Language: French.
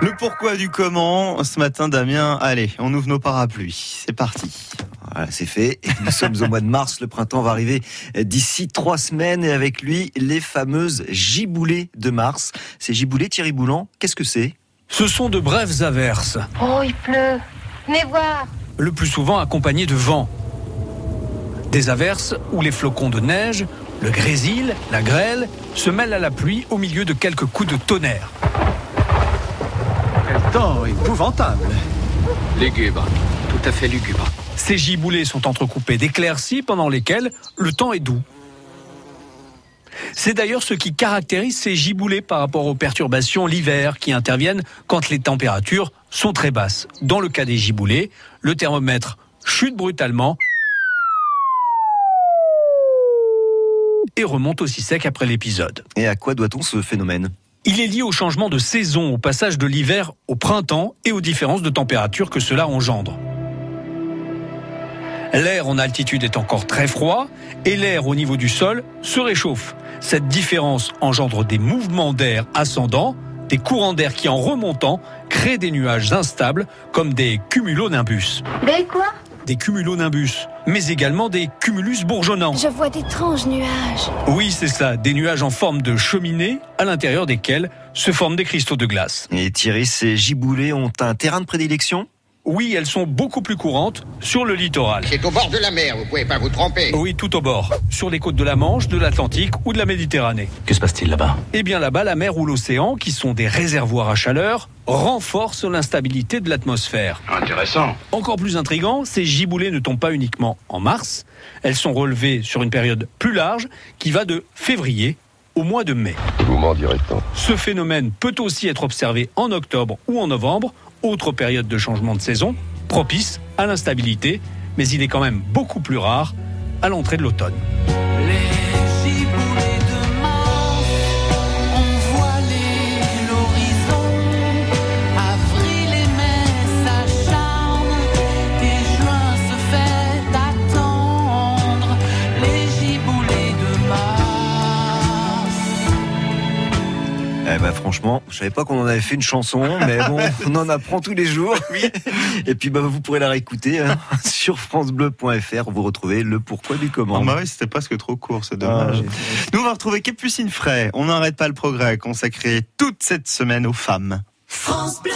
Le pourquoi du comment ce matin, Damien. Allez, on ouvre nos parapluies. C'est parti. Voilà, c'est fait. Nous sommes au mois de mars. Le printemps va arriver d'ici trois semaines et avec lui, les fameuses giboulées de mars. Ces giboulées, Thierry Boulan, qu'est-ce que c'est Ce sont de brèves averses, Oh, il pleut. Venez voir. le plus souvent accompagnées de vent. Des averses où les flocons de neige, le grésil, la grêle se mêlent à la pluie au milieu de quelques coups de tonnerre. Quel temps épouvantable Lugubre, tout à fait lugubre. Ces giboulées sont entrecoupées d'éclaircies pendant lesquelles le temps est doux. C'est d'ailleurs ce qui caractérise ces giboulées par rapport aux perturbations l'hiver qui interviennent quand les températures sont très basses. Dans le cas des giboulées, le thermomètre chute brutalement et remonte aussi sec après l'épisode. Et à quoi doit-on ce phénomène Il est lié au changement de saison, au passage de l'hiver au printemps et aux différences de température que cela engendre. L'air en altitude est encore très froid et l'air au niveau du sol se réchauffe. Cette différence engendre des mouvements d'air ascendants, des courants d'air qui en remontant créent des nuages instables comme des cumulonimbus. Des quoi Des cumulonimbus, mais également des cumulus bourgeonnants. Je vois d'étranges nuages. Oui, c'est ça, des nuages en forme de cheminée à l'intérieur desquels se forment des cristaux de glace. Et Thierry, ces giboulées ont un terrain de prédilection Oui, elles sont beaucoup plus courantes sur le littoral. C'est au bord de la mer, vous pouvez pas vous tromper. Oui, tout au bord, sur les côtes de la Manche, de l'Atlantique ou de la Méditerranée. Que se passe-t-il là-bas Eh bien là-bas, la mer ou l'océan, qui sont des réservoirs à chaleur, renforcent l'instabilité de l'atmosphère. Intéressant. Encore plus intrigant, ces giboulées ne tombent pas uniquement en mars, elles sont relevées sur une période plus large qui va de février au mois de mai. Vous m'en direz-t-on Ce phénomène peut aussi être observé en octobre ou en novembre, autre période de changement de saison, propice à l'instabilité, mais il est quand même beaucoup plus rare à l'entrée de l'automne. Les giboulées de mars ont voilé l'horizon. Avril et mai s'acharnent et juin se fait attendre. Les giboulées de mars. Eh ben franchement, je savais pas qu'on en avait fait une chanson, mais bon, on en apprend tous les jours. Et puis bah, vous pourrez la réécouter hein, sur francebleu.fr. Vous retrouvez le pourquoi du comment. Oh, bah oui, c'était presque trop court, c'est Ah dommage. Nous, on va retrouver Capucine Fray. On n'arrête pas le progrès consacré toute cette semaine aux femmes. France Bleu.